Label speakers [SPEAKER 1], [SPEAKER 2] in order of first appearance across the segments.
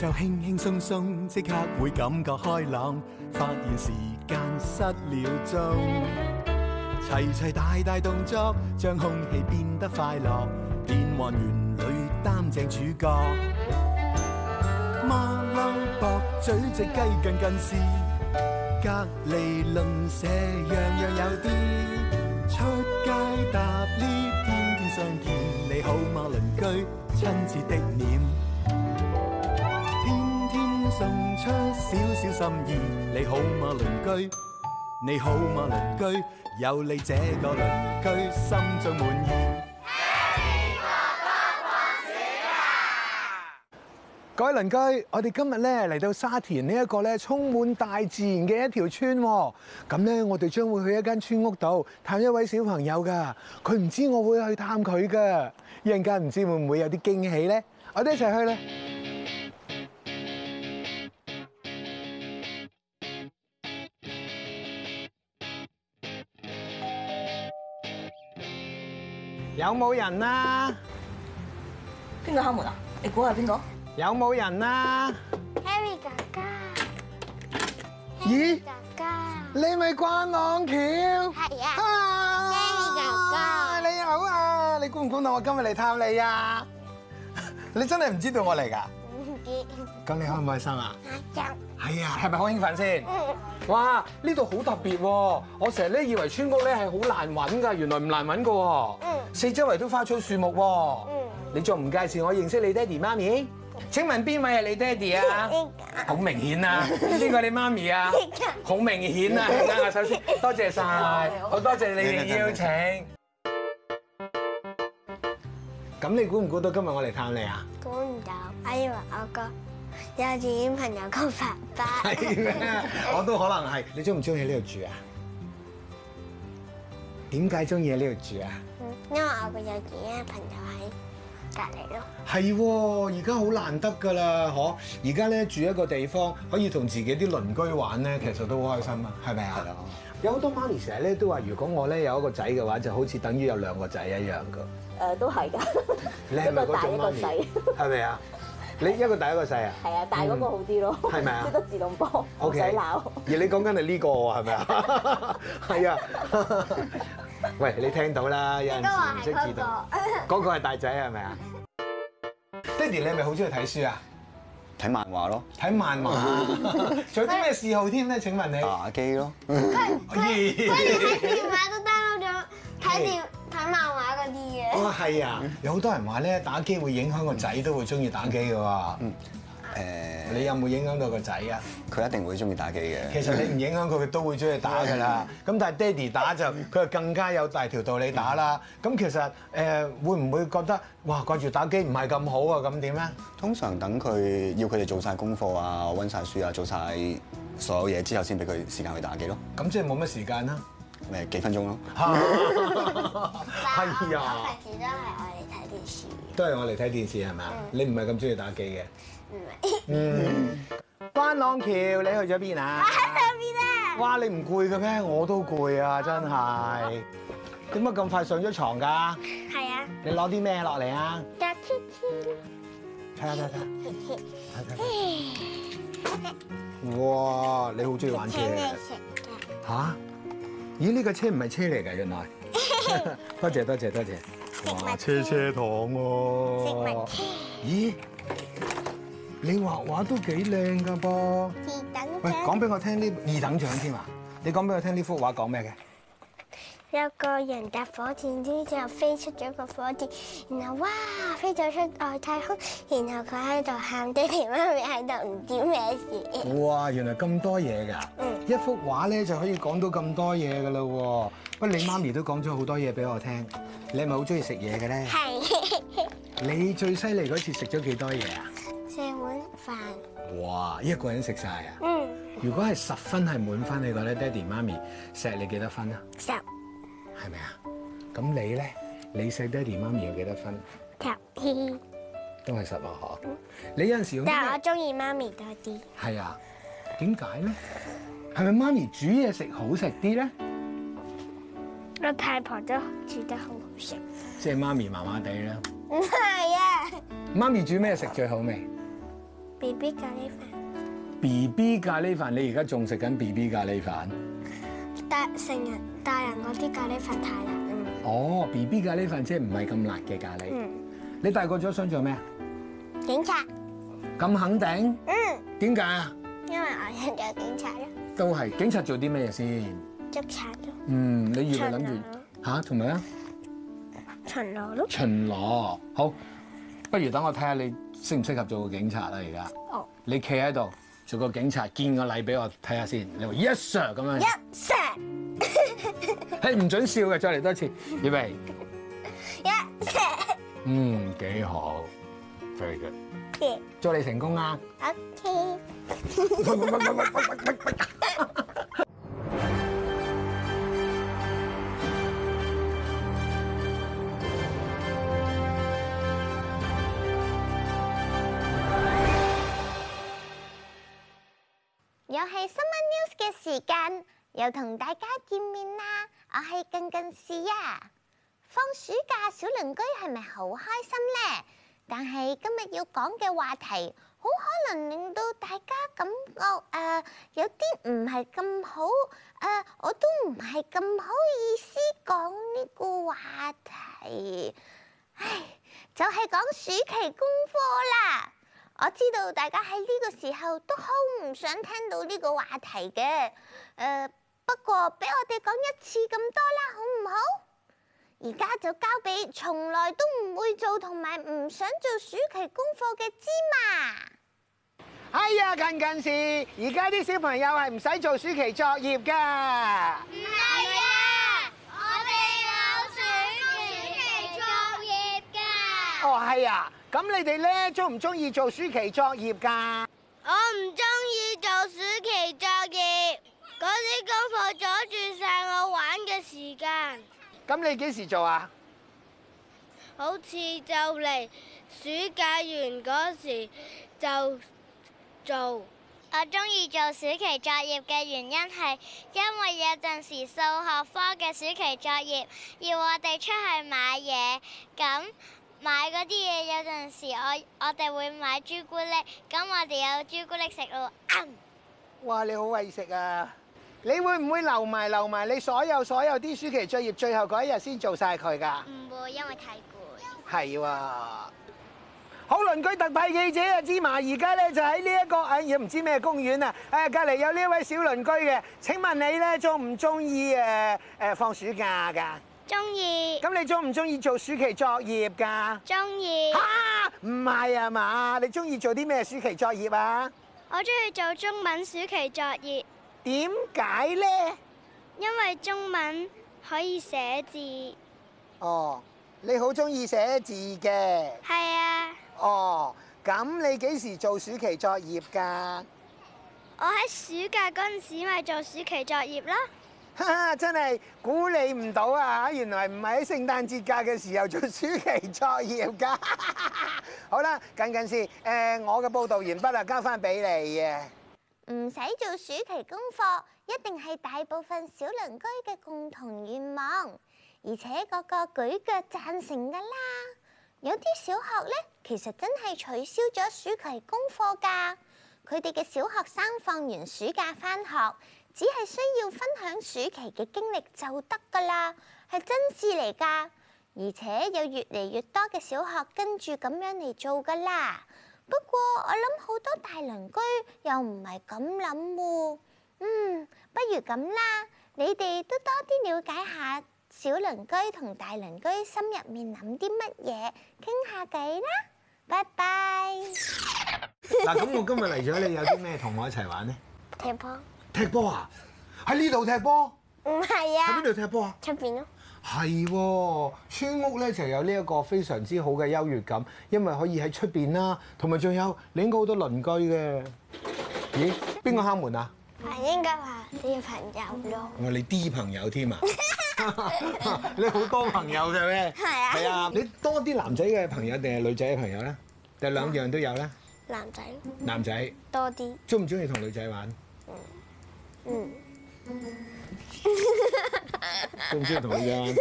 [SPEAKER 1] 就輕輕鬆鬆，即刻會感覺開朗，發現時間失了蹤。齊齊大大動作，將空氣變得快樂，變幻園裏擔正主角。馬騮駁嘴隻雞近近視，隔離鄰舍樣樣有啲。出街搭 lift，天天相見，你好嗎鄰居？親切的臉。天天送出少少心意，你好嗎鄰居？你好嗎鄰居？有你這個鄰居，心中滿意。
[SPEAKER 2] 各位鄰居，我哋今日咧嚟到沙田呢一個咧充滿大自然嘅一條村喎，咁咧我哋將會去一間村屋度探一位小朋友噶，佢唔知我會去探佢噶，一陣間唔知會唔會有啲驚喜咧，我哋一齊去啦！有冇人啊？
[SPEAKER 3] 邊個敲門啊？你估係邊個？
[SPEAKER 2] 有冇人啊？
[SPEAKER 4] Harry 哥哥，
[SPEAKER 2] 咦，
[SPEAKER 4] 哥哥，
[SPEAKER 2] 你咪關朗橋？
[SPEAKER 4] 係啊
[SPEAKER 2] 啊
[SPEAKER 4] Danny 哥
[SPEAKER 2] 你好啊！你估唔估到我今日嚟探你啊？ 你真係唔知道我嚟㗎？
[SPEAKER 4] 唔知
[SPEAKER 2] 咁你開唔開心啊？
[SPEAKER 4] 阿張，
[SPEAKER 2] 係啊，係咪好興奮先？
[SPEAKER 4] 嗯，
[SPEAKER 2] 哇！呢度好特別喎，我成日咧以為村屋咧係好難揾㗎，原來唔難揾㗎喎。
[SPEAKER 4] 嗯
[SPEAKER 2] 四周圍都花草樹木喎。
[SPEAKER 4] 嗯
[SPEAKER 2] 你仲唔介紹我認識你爹哋媽咪？ 請問邊位係你爹哋 啊？好明顯啊！邊個你媽咪 啊？好明顯啊！啱啊，首 先多謝晒，好多謝你哋邀請。咁你估唔估到今日我嚟探你啊？
[SPEAKER 4] 估唔到，我以為我個幼稚園朋友個爸爸，
[SPEAKER 2] 係咩？我都可能係。你中唔中意呢度住啊？點解中意喺呢度住啊？
[SPEAKER 4] 嗯因為我個幼稚園嘅朋友喺隔離咯，
[SPEAKER 2] 係喎，而家好難得㗎啦，嗬！而家咧住一個地方，可以同自己啲鄰居玩咧，其實都好開心啊，係咪啊？係有好多媽咪成日咧都話，如果我咧有一個仔嘅話，就好似等於有兩個仔一樣㗎。
[SPEAKER 3] 誒都係
[SPEAKER 2] 你
[SPEAKER 3] 㗎，
[SPEAKER 2] 係
[SPEAKER 3] 一
[SPEAKER 2] 咪
[SPEAKER 3] 個
[SPEAKER 2] 嗰
[SPEAKER 3] 大
[SPEAKER 2] 種
[SPEAKER 3] 一個
[SPEAKER 2] 媽咪
[SPEAKER 3] 細，？
[SPEAKER 2] 係咪啊？你一個大一個細啊？
[SPEAKER 3] 係啊，大嗰個好啲咯，
[SPEAKER 2] 係咪啊
[SPEAKER 3] 識得自動波，唔
[SPEAKER 2] OK
[SPEAKER 3] 使鬧。
[SPEAKER 2] 而你講緊係呢個喎，係咪 啊？係啊。喂，你聽到啦，有
[SPEAKER 4] 應
[SPEAKER 2] 陣
[SPEAKER 4] 該話
[SPEAKER 2] 時唔識
[SPEAKER 4] 係嗰
[SPEAKER 2] 自動。
[SPEAKER 4] 個，
[SPEAKER 2] 嗰個係大仔係咪啊？爹哋，你係咪好中意睇書啊？
[SPEAKER 5] 睇漫畫咯，
[SPEAKER 2] 睇漫畫， 仲有啲咩嗜好添咧？請問你？
[SPEAKER 5] 打機咯，
[SPEAKER 4] 佢連喺電話都 download 咗睇電睇漫畫嗰啲嘢。
[SPEAKER 2] 哦，係啊，有好多人話咧，打機會影響個仔都會中意打機嘅喎。
[SPEAKER 5] 誒，
[SPEAKER 2] 你有冇影響到個仔啊？
[SPEAKER 5] 佢一定會中意打機
[SPEAKER 2] 其
[SPEAKER 5] 嘅。
[SPEAKER 2] 實你唔影響佢，佢都會中意打㗎啦。咁但係嗯爹哋打就佢就更加有大條道理打啦。咁其實誒會唔會覺得哇掛住打機唔係咁好啊？咁點咧？
[SPEAKER 5] 通常等佢要佢哋做晒功課啊、温晒書啊、做晒所有嘢之後，先俾佢時間去打機咯。
[SPEAKER 2] 咁即係冇乜時間 啦。
[SPEAKER 5] 誒，幾分鐘咯。
[SPEAKER 2] 係啊，
[SPEAKER 4] 我平時都係愛嚟睇電視，
[SPEAKER 2] 都係我嚟睇電視係咪啊？你唔係咁中意打機嘅。
[SPEAKER 4] 唔係
[SPEAKER 2] 關嗯朗橋，你去咗邊 啊？
[SPEAKER 4] 上邊啊！
[SPEAKER 2] 哇！你唔攰嘅咩？我都攰啊，真 係。點解咁快上咗床㗎？
[SPEAKER 4] 係啊，
[SPEAKER 2] 你攞啲咩落嚟啊？
[SPEAKER 4] 就天天
[SPEAKER 2] 睇下睇下睇下。哇！你好中意玩車
[SPEAKER 4] 請你
[SPEAKER 2] 嘅
[SPEAKER 4] 食嘅。
[SPEAKER 2] 嚇？咦？呢個車唔係車嚟㗎，原來。多謝多謝多謝。哇！車車糖喎。咦？你畫畫都幾靚㗎噃。
[SPEAKER 4] 是等
[SPEAKER 2] 喂，講
[SPEAKER 4] 等，
[SPEAKER 2] 俾我聽呢二等獎添啊！你講俾我聽呢幅畫講咩嘅？
[SPEAKER 4] 有個人搭火箭之後飛出咗個火箭，然後哇飛咗出外太空，然後佢喺度喊，爹哋媽咪喺度唔知咩事。
[SPEAKER 2] 哇！原來咁多嘢㗎，
[SPEAKER 4] 嗯
[SPEAKER 2] 一幅畫咧就可以講到咁多嘢㗎啦喎。不過你媽咪都講咗好多嘢俾我聽，你係咪好中意食嘢嘅咧？
[SPEAKER 4] 係
[SPEAKER 2] 你最犀利嗰次食咗幾多嘢啊？
[SPEAKER 4] 四碗飯，
[SPEAKER 2] 哇！一個人食晒啊！
[SPEAKER 4] 嗯
[SPEAKER 2] 如果係十分係滿分，你覺得爹哋媽咪錫你幾多分啊？
[SPEAKER 4] 十
[SPEAKER 2] 係咪啊？咁你咧，你錫爹哋媽咪有幾多分？
[SPEAKER 4] 十，
[SPEAKER 2] 都係十啊！嗬。你有陣時用啲
[SPEAKER 4] 但係我
[SPEAKER 2] 咩？
[SPEAKER 4] 中意媽咪多啲，
[SPEAKER 2] 係啊。點解咧？係咪媽咪煮嘢食好食啲咧？
[SPEAKER 4] 我太婆都煮得好好食。
[SPEAKER 2] 即係媽咪麻麻地啦。
[SPEAKER 4] 唔係啊，
[SPEAKER 2] 媽咪煮咩食最好味？
[SPEAKER 6] B B 咖喱飯，
[SPEAKER 2] B B 咖喱飯，你而家仲食緊 B B 咖喱飯？
[SPEAKER 6] 大成人大人嗰啲咖喱飯太辣
[SPEAKER 4] Ừ.
[SPEAKER 6] 啊嘛，
[SPEAKER 2] 哦，B B 咖喱飯即係唔係咁辣嘅咖喱。
[SPEAKER 6] 嗯，
[SPEAKER 2] 你大個咗想做咩啊？
[SPEAKER 6] 警察，
[SPEAKER 2] 咁肯定？
[SPEAKER 6] 嗯，
[SPEAKER 2] 點解啊？
[SPEAKER 6] 因為我想做警察咯，
[SPEAKER 2] 都係警察做啲咩先？
[SPEAKER 6] 捉賊咯，
[SPEAKER 2] 嗯，你預備諗
[SPEAKER 6] 巡
[SPEAKER 2] 住吓同埋啊
[SPEAKER 6] 巡邏咯，
[SPEAKER 2] 巡邏。好，不如等我睇下你適唔適合做個警察啦。而家
[SPEAKER 6] 哦，
[SPEAKER 2] 你企喺度做個警察，見個禮俾我睇下先。你話 yes sir 咁樣
[SPEAKER 6] 一，石
[SPEAKER 2] 係唔准笑嘅，再嚟多次，預備。
[SPEAKER 6] 一石，
[SPEAKER 2] 嗯，幾好，very good。
[SPEAKER 6] 耶
[SPEAKER 2] 祝你成功啊！
[SPEAKER 6] ，OK。
[SPEAKER 4] 又係新聞 news 嘅時間，又同大家見面啦！我係近近視啊，放暑假小鄰居係咪好開心呢？但係今日要講嘅話題，好可能令到大家感覺誒、呃有啲唔係咁好誒、呃我都唔係咁好意思講呢個話題。唉，就係講暑期功課啦。我知道大家喺呢個時候都好唔想聽到呢個話題嘅，誒、不過俾我哋講一次咁多啦，好唔好？而家就交俾從來都唔會做同埋唔想做暑期功課嘅芝麻。
[SPEAKER 5] 哎呀，近近事，而家啲小朋友係唔使做暑期作業㗎。
[SPEAKER 4] 唔係啊，我哋有暑期作業㗎。
[SPEAKER 5] 哦，係啊，咁你哋咧中唔中意做暑期作業㗎？
[SPEAKER 4] 我唔中意做暑期作業，嗰啲功課阻住晒我玩嘅時間，
[SPEAKER 5] 咁你幾時做啊？
[SPEAKER 4] 好似就嚟暑假完嗰時就做。我中意做暑期作業嘅原因係因為有陣時數學科嘅暑期作業要我哋出去買嘢，咁買嗰啲嘢有陣時我我哋會買朱古力，咁我哋有朱古力食咯。嗯
[SPEAKER 5] 哇，你好為食啊！你會唔會留埋留埋你所有所有啲暑期作業最後嗰一日先做晒佢㗎？
[SPEAKER 4] 唔會，因為太攰。
[SPEAKER 5] 係喎、好鄰居特派記者啊，芝麻而家咧就喺呢一個誒，又唔知咩公園啊，誒隔離有呢一位小鄰居嘅。請問你咧中唔中意誒誒放暑假㗎？
[SPEAKER 4] 中意，
[SPEAKER 5] 咁你中唔中意做暑期作業㗎？啊，
[SPEAKER 4] 中意，
[SPEAKER 5] 唔係啊嘛，你中意做啲咩暑期作業啊？
[SPEAKER 4] 我中意做中文暑期作業，
[SPEAKER 5] 點解咧？
[SPEAKER 4] 因為中文可以寫字。
[SPEAKER 5] 哦，你好中意寫字嘅。
[SPEAKER 4] 係啊，
[SPEAKER 5] 哦，咁你幾時做暑期作業㗎？
[SPEAKER 4] 我喺暑假嗰陣時咪做暑期作業啦。
[SPEAKER 5] 哈哈真係估你唔到啊！原來唔係喺聖誕節假嘅時候做暑期作業㗎。 好啦，近近事，誒、我嘅報導完畢啦，交翻俾你嘅。
[SPEAKER 4] 唔使做暑期功課，一定係大部分小鄰居嘅共同願望，而且個個舉腳贊成噶啦。有啲小學呢，其實真係取消咗暑期功課㗎。佢哋嘅小學生放完暑假返學，只係需要分享暑期嘅經歷就得㗎啦，係真事嚟㗎。而且有越嚟越多嘅小學跟住咁樣嚟做㗎啦。不過我諗好多大鄰居又唔係咁諗喎。嗯，不如咁啦，你哋都多啲了解下小鄰居同大鄰居心入面諗啲乜嘢，傾下偈啦。拜拜。
[SPEAKER 2] 嗱，咁我今日嚟咗，你有啲咩同我一齊玩呢？
[SPEAKER 6] 踢波？
[SPEAKER 2] 踢波啊！喺呢度踢波，
[SPEAKER 6] 唔係
[SPEAKER 2] 喺邊
[SPEAKER 6] 啊，
[SPEAKER 2] 度踢波啊？
[SPEAKER 6] 出邊咯。
[SPEAKER 2] 係喎，村屋咧就有呢一個非常之好嘅優越感，因為可以喺出邊啦，同埋仲有你應該好多鄰居嘅。咦？邊個敲門啊？
[SPEAKER 6] 係應該話啲朋友咯。
[SPEAKER 2] 我哋啲朋友添 啊！你好多朋友嘅咩？
[SPEAKER 6] 係啊
[SPEAKER 2] 係啊！你多啲男仔嘅朋友定係女仔嘅朋友咧？定係兩樣都有咧？
[SPEAKER 6] 男仔
[SPEAKER 2] 男仔
[SPEAKER 6] 多啲，
[SPEAKER 2] 中唔中意同女仔玩？
[SPEAKER 6] 嗯，
[SPEAKER 2] 中唔中意
[SPEAKER 4] à?
[SPEAKER 2] 同女仔玩？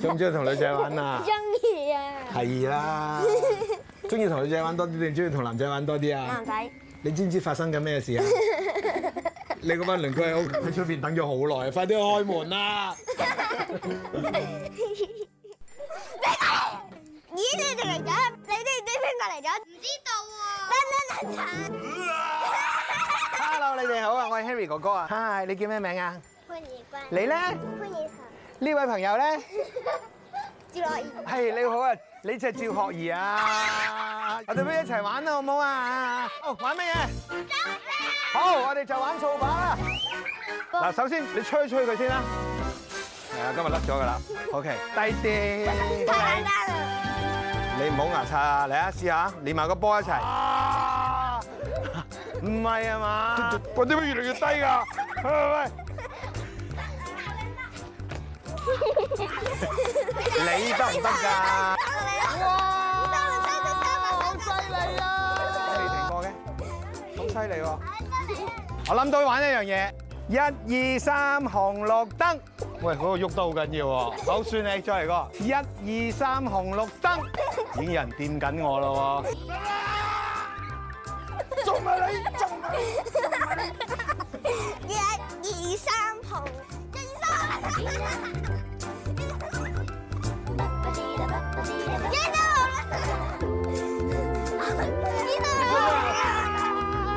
[SPEAKER 2] 中唔中意同女仔玩啊？
[SPEAKER 6] 中意啊。
[SPEAKER 2] 係啦，
[SPEAKER 5] 中意同女仔玩多啲定中意同男仔玩多啲啊？
[SPEAKER 4] 男仔
[SPEAKER 5] 你知唔知發生緊咩事 啊？你嗰班鄰居喺屋喺出邊等咗好耐，快啲開門啦！
[SPEAKER 4] 咦？你哋嚟咗？你哋你邊個嚟咗？唔知 à? 道喎。等等等陣，
[SPEAKER 2] Hello，你哋好啊，我係 Harry 哥哥啊。Hi，你叫咩名啊？
[SPEAKER 4] 潘以君，
[SPEAKER 2] 你咧？
[SPEAKER 4] 潘以強，
[SPEAKER 2] 呢位朋友 咧？
[SPEAKER 4] 趙樂兒，
[SPEAKER 2] 係你好啊，你就係趙學兒啊！我哋不如一齊玩啦，好唔好啊？哦，玩乜嘢？好，我哋就玩掃把啦。嗱，首先你吹一吹佢先啦。係啊，今日甩咗㗎啦。OK，低啲。
[SPEAKER 4] 太簡單啦。
[SPEAKER 2] 你唔好牙刷啊！嚟啊，試下連埋個波一齊。唔係啊嘛？我點解越嚟越低㗎？喂喂，你得唔得㗎？未停過嘅，咁犀利喎！我諗到玩一樣嘢，一二三紅綠燈。喂，嗰個喐得好緊要喎。好，算你再嚟個，一二三紅綠燈。已經有人掂緊我咯
[SPEAKER 4] 仲埋你，仲埋你，一二三紅，一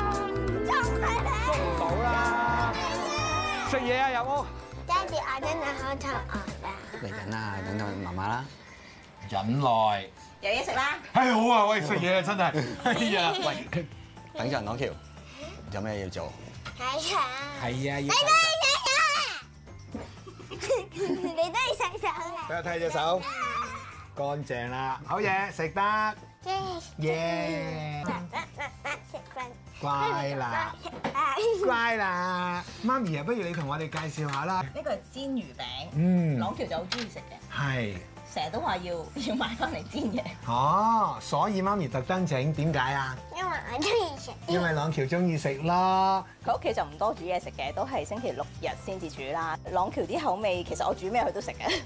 [SPEAKER 2] 喎。
[SPEAKER 4] 二
[SPEAKER 2] 好啦，食嘢啊入屋。
[SPEAKER 4] 三，爹哋，我真係好肚餓啦！
[SPEAKER 7] 嚟緊啦，等到嫲嫲啦。
[SPEAKER 5] 忍耐，
[SPEAKER 3] 有嘢食啦，
[SPEAKER 5] 係好啊！喂，食嘢啊，真係，哎呀，喂，
[SPEAKER 7] 等陣攞橋，有咩要做？
[SPEAKER 4] 係啊，
[SPEAKER 5] 係啊，要
[SPEAKER 4] 你都要洗手啊！你都要洗手
[SPEAKER 5] 俾
[SPEAKER 4] 啦！
[SPEAKER 5] 我睇隻手，乾淨啦，好嘢，食得，耶，
[SPEAKER 4] 食飯，
[SPEAKER 5] 乖啦，乖啦，媽咪啊，不如你同我哋介紹下啦，
[SPEAKER 3] 呢個係煎魚餅，
[SPEAKER 5] 嗯，
[SPEAKER 3] 朗橋就好中意食嘅，
[SPEAKER 5] 係，
[SPEAKER 3] 成日都話要要買翻嚟煎嘅。
[SPEAKER 5] 哦，所以媽咪特登整，點解啊？
[SPEAKER 4] 因為我中意食。
[SPEAKER 5] 因為朗橋中意食啦，
[SPEAKER 3] 佢屋企就唔多煮嘢食嘅，都係星期六日先至煮啦。朗橋啲口味其實我煮咩佢都 食嘅。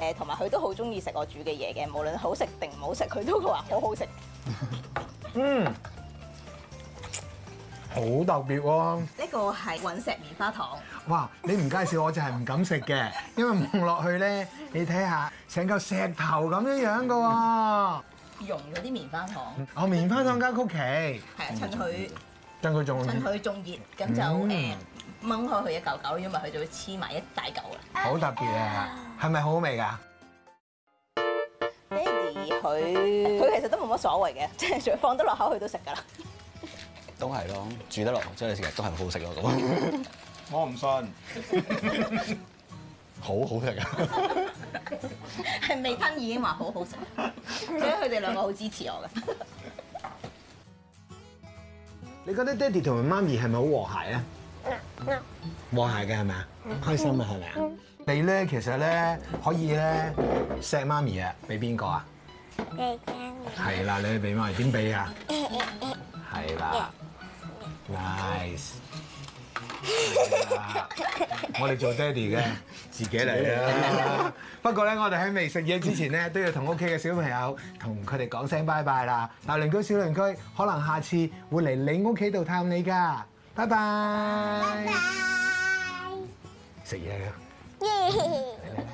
[SPEAKER 3] 誒，同埋佢都好中意食我煮嘅嘢嘅，無論好食定唔好食，佢都話好好食。
[SPEAKER 5] 嗯，好特別喎。
[SPEAKER 3] 呢個係隕石棉花糖，
[SPEAKER 5] 哇！你唔介紹我就係唔敢食嘅，因為望落去咧，你睇下成嚿石頭咁樣樣噶喎。
[SPEAKER 3] 溶咗啲棉花糖，
[SPEAKER 5] 我棉花糖加曲奇，
[SPEAKER 3] 係啊，趁佢
[SPEAKER 5] 等佢仲
[SPEAKER 3] 趁佢仲熱，咁就誒掹開佢一嚿嚿，因為佢就會黐埋一大嚿啦。
[SPEAKER 5] 好特別啊！係咪好好味㗎？
[SPEAKER 3] 爹哋佢佢其實都冇乜所謂嘅， 即係放得落口佢都食㗎啦。
[SPEAKER 7] 都係咯，煮得落，即係其實都係好好食咯。咁
[SPEAKER 5] 我唔信。
[SPEAKER 7] 好好食啊！
[SPEAKER 3] 係未吞已經話好好 食，所以佢哋兩個好支持我嘅。
[SPEAKER 5] 你覺得爹哋同埋媽咪係咪好和諧咧？和諧嘅係咪啊？開心啊係咪啊？
[SPEAKER 7] 嗯
[SPEAKER 5] 你咧其實咧可以咧錫媽咪啊，俾邊個啊？
[SPEAKER 4] 你聽啊
[SPEAKER 5] 係啦，你俾媽咪點俾啊？係啦，nice。係啦我哋做爹哋嘅自己嚟啦。不過咧，我哋喺未食嘢之前咧，都要同屋企嘅小朋友同佢哋講聲拜拜啦。嗱，鄰居小鄰居，可能下次會嚟你屋企度探你㗎。拜拜。食嘢啊啦。
[SPEAKER 4] 耶！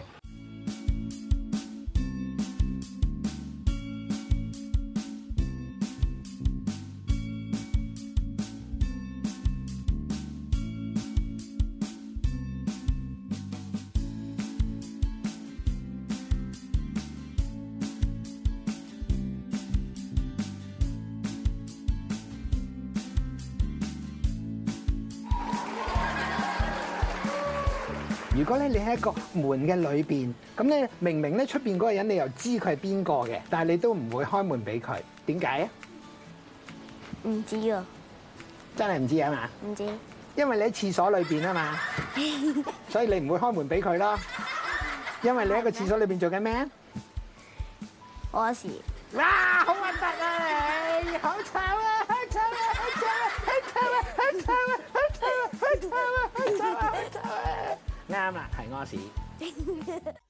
[SPEAKER 2] 如果咧你喺一個門嘅裏邊，咁咧明明咧出邊嗰個人你又知佢係邊個嘅，但係你都唔會開門俾佢，點解啊？
[SPEAKER 4] 唔知啊喎，
[SPEAKER 2] 真係唔知啊嘛，
[SPEAKER 4] 唔知。
[SPEAKER 2] 因為你喺廁所裏邊啊 嘛，所以你唔會開門俾佢咯。因為你喺個廁所裏邊做緊咩啊？
[SPEAKER 4] 我是
[SPEAKER 2] 哇！好核突啊你，好臭啊！好臭啊！好臭啊！好臭啊！好臭啊！好臭啊！好臭啊！好臭啊！好臭啊！啱啦，係屙屎。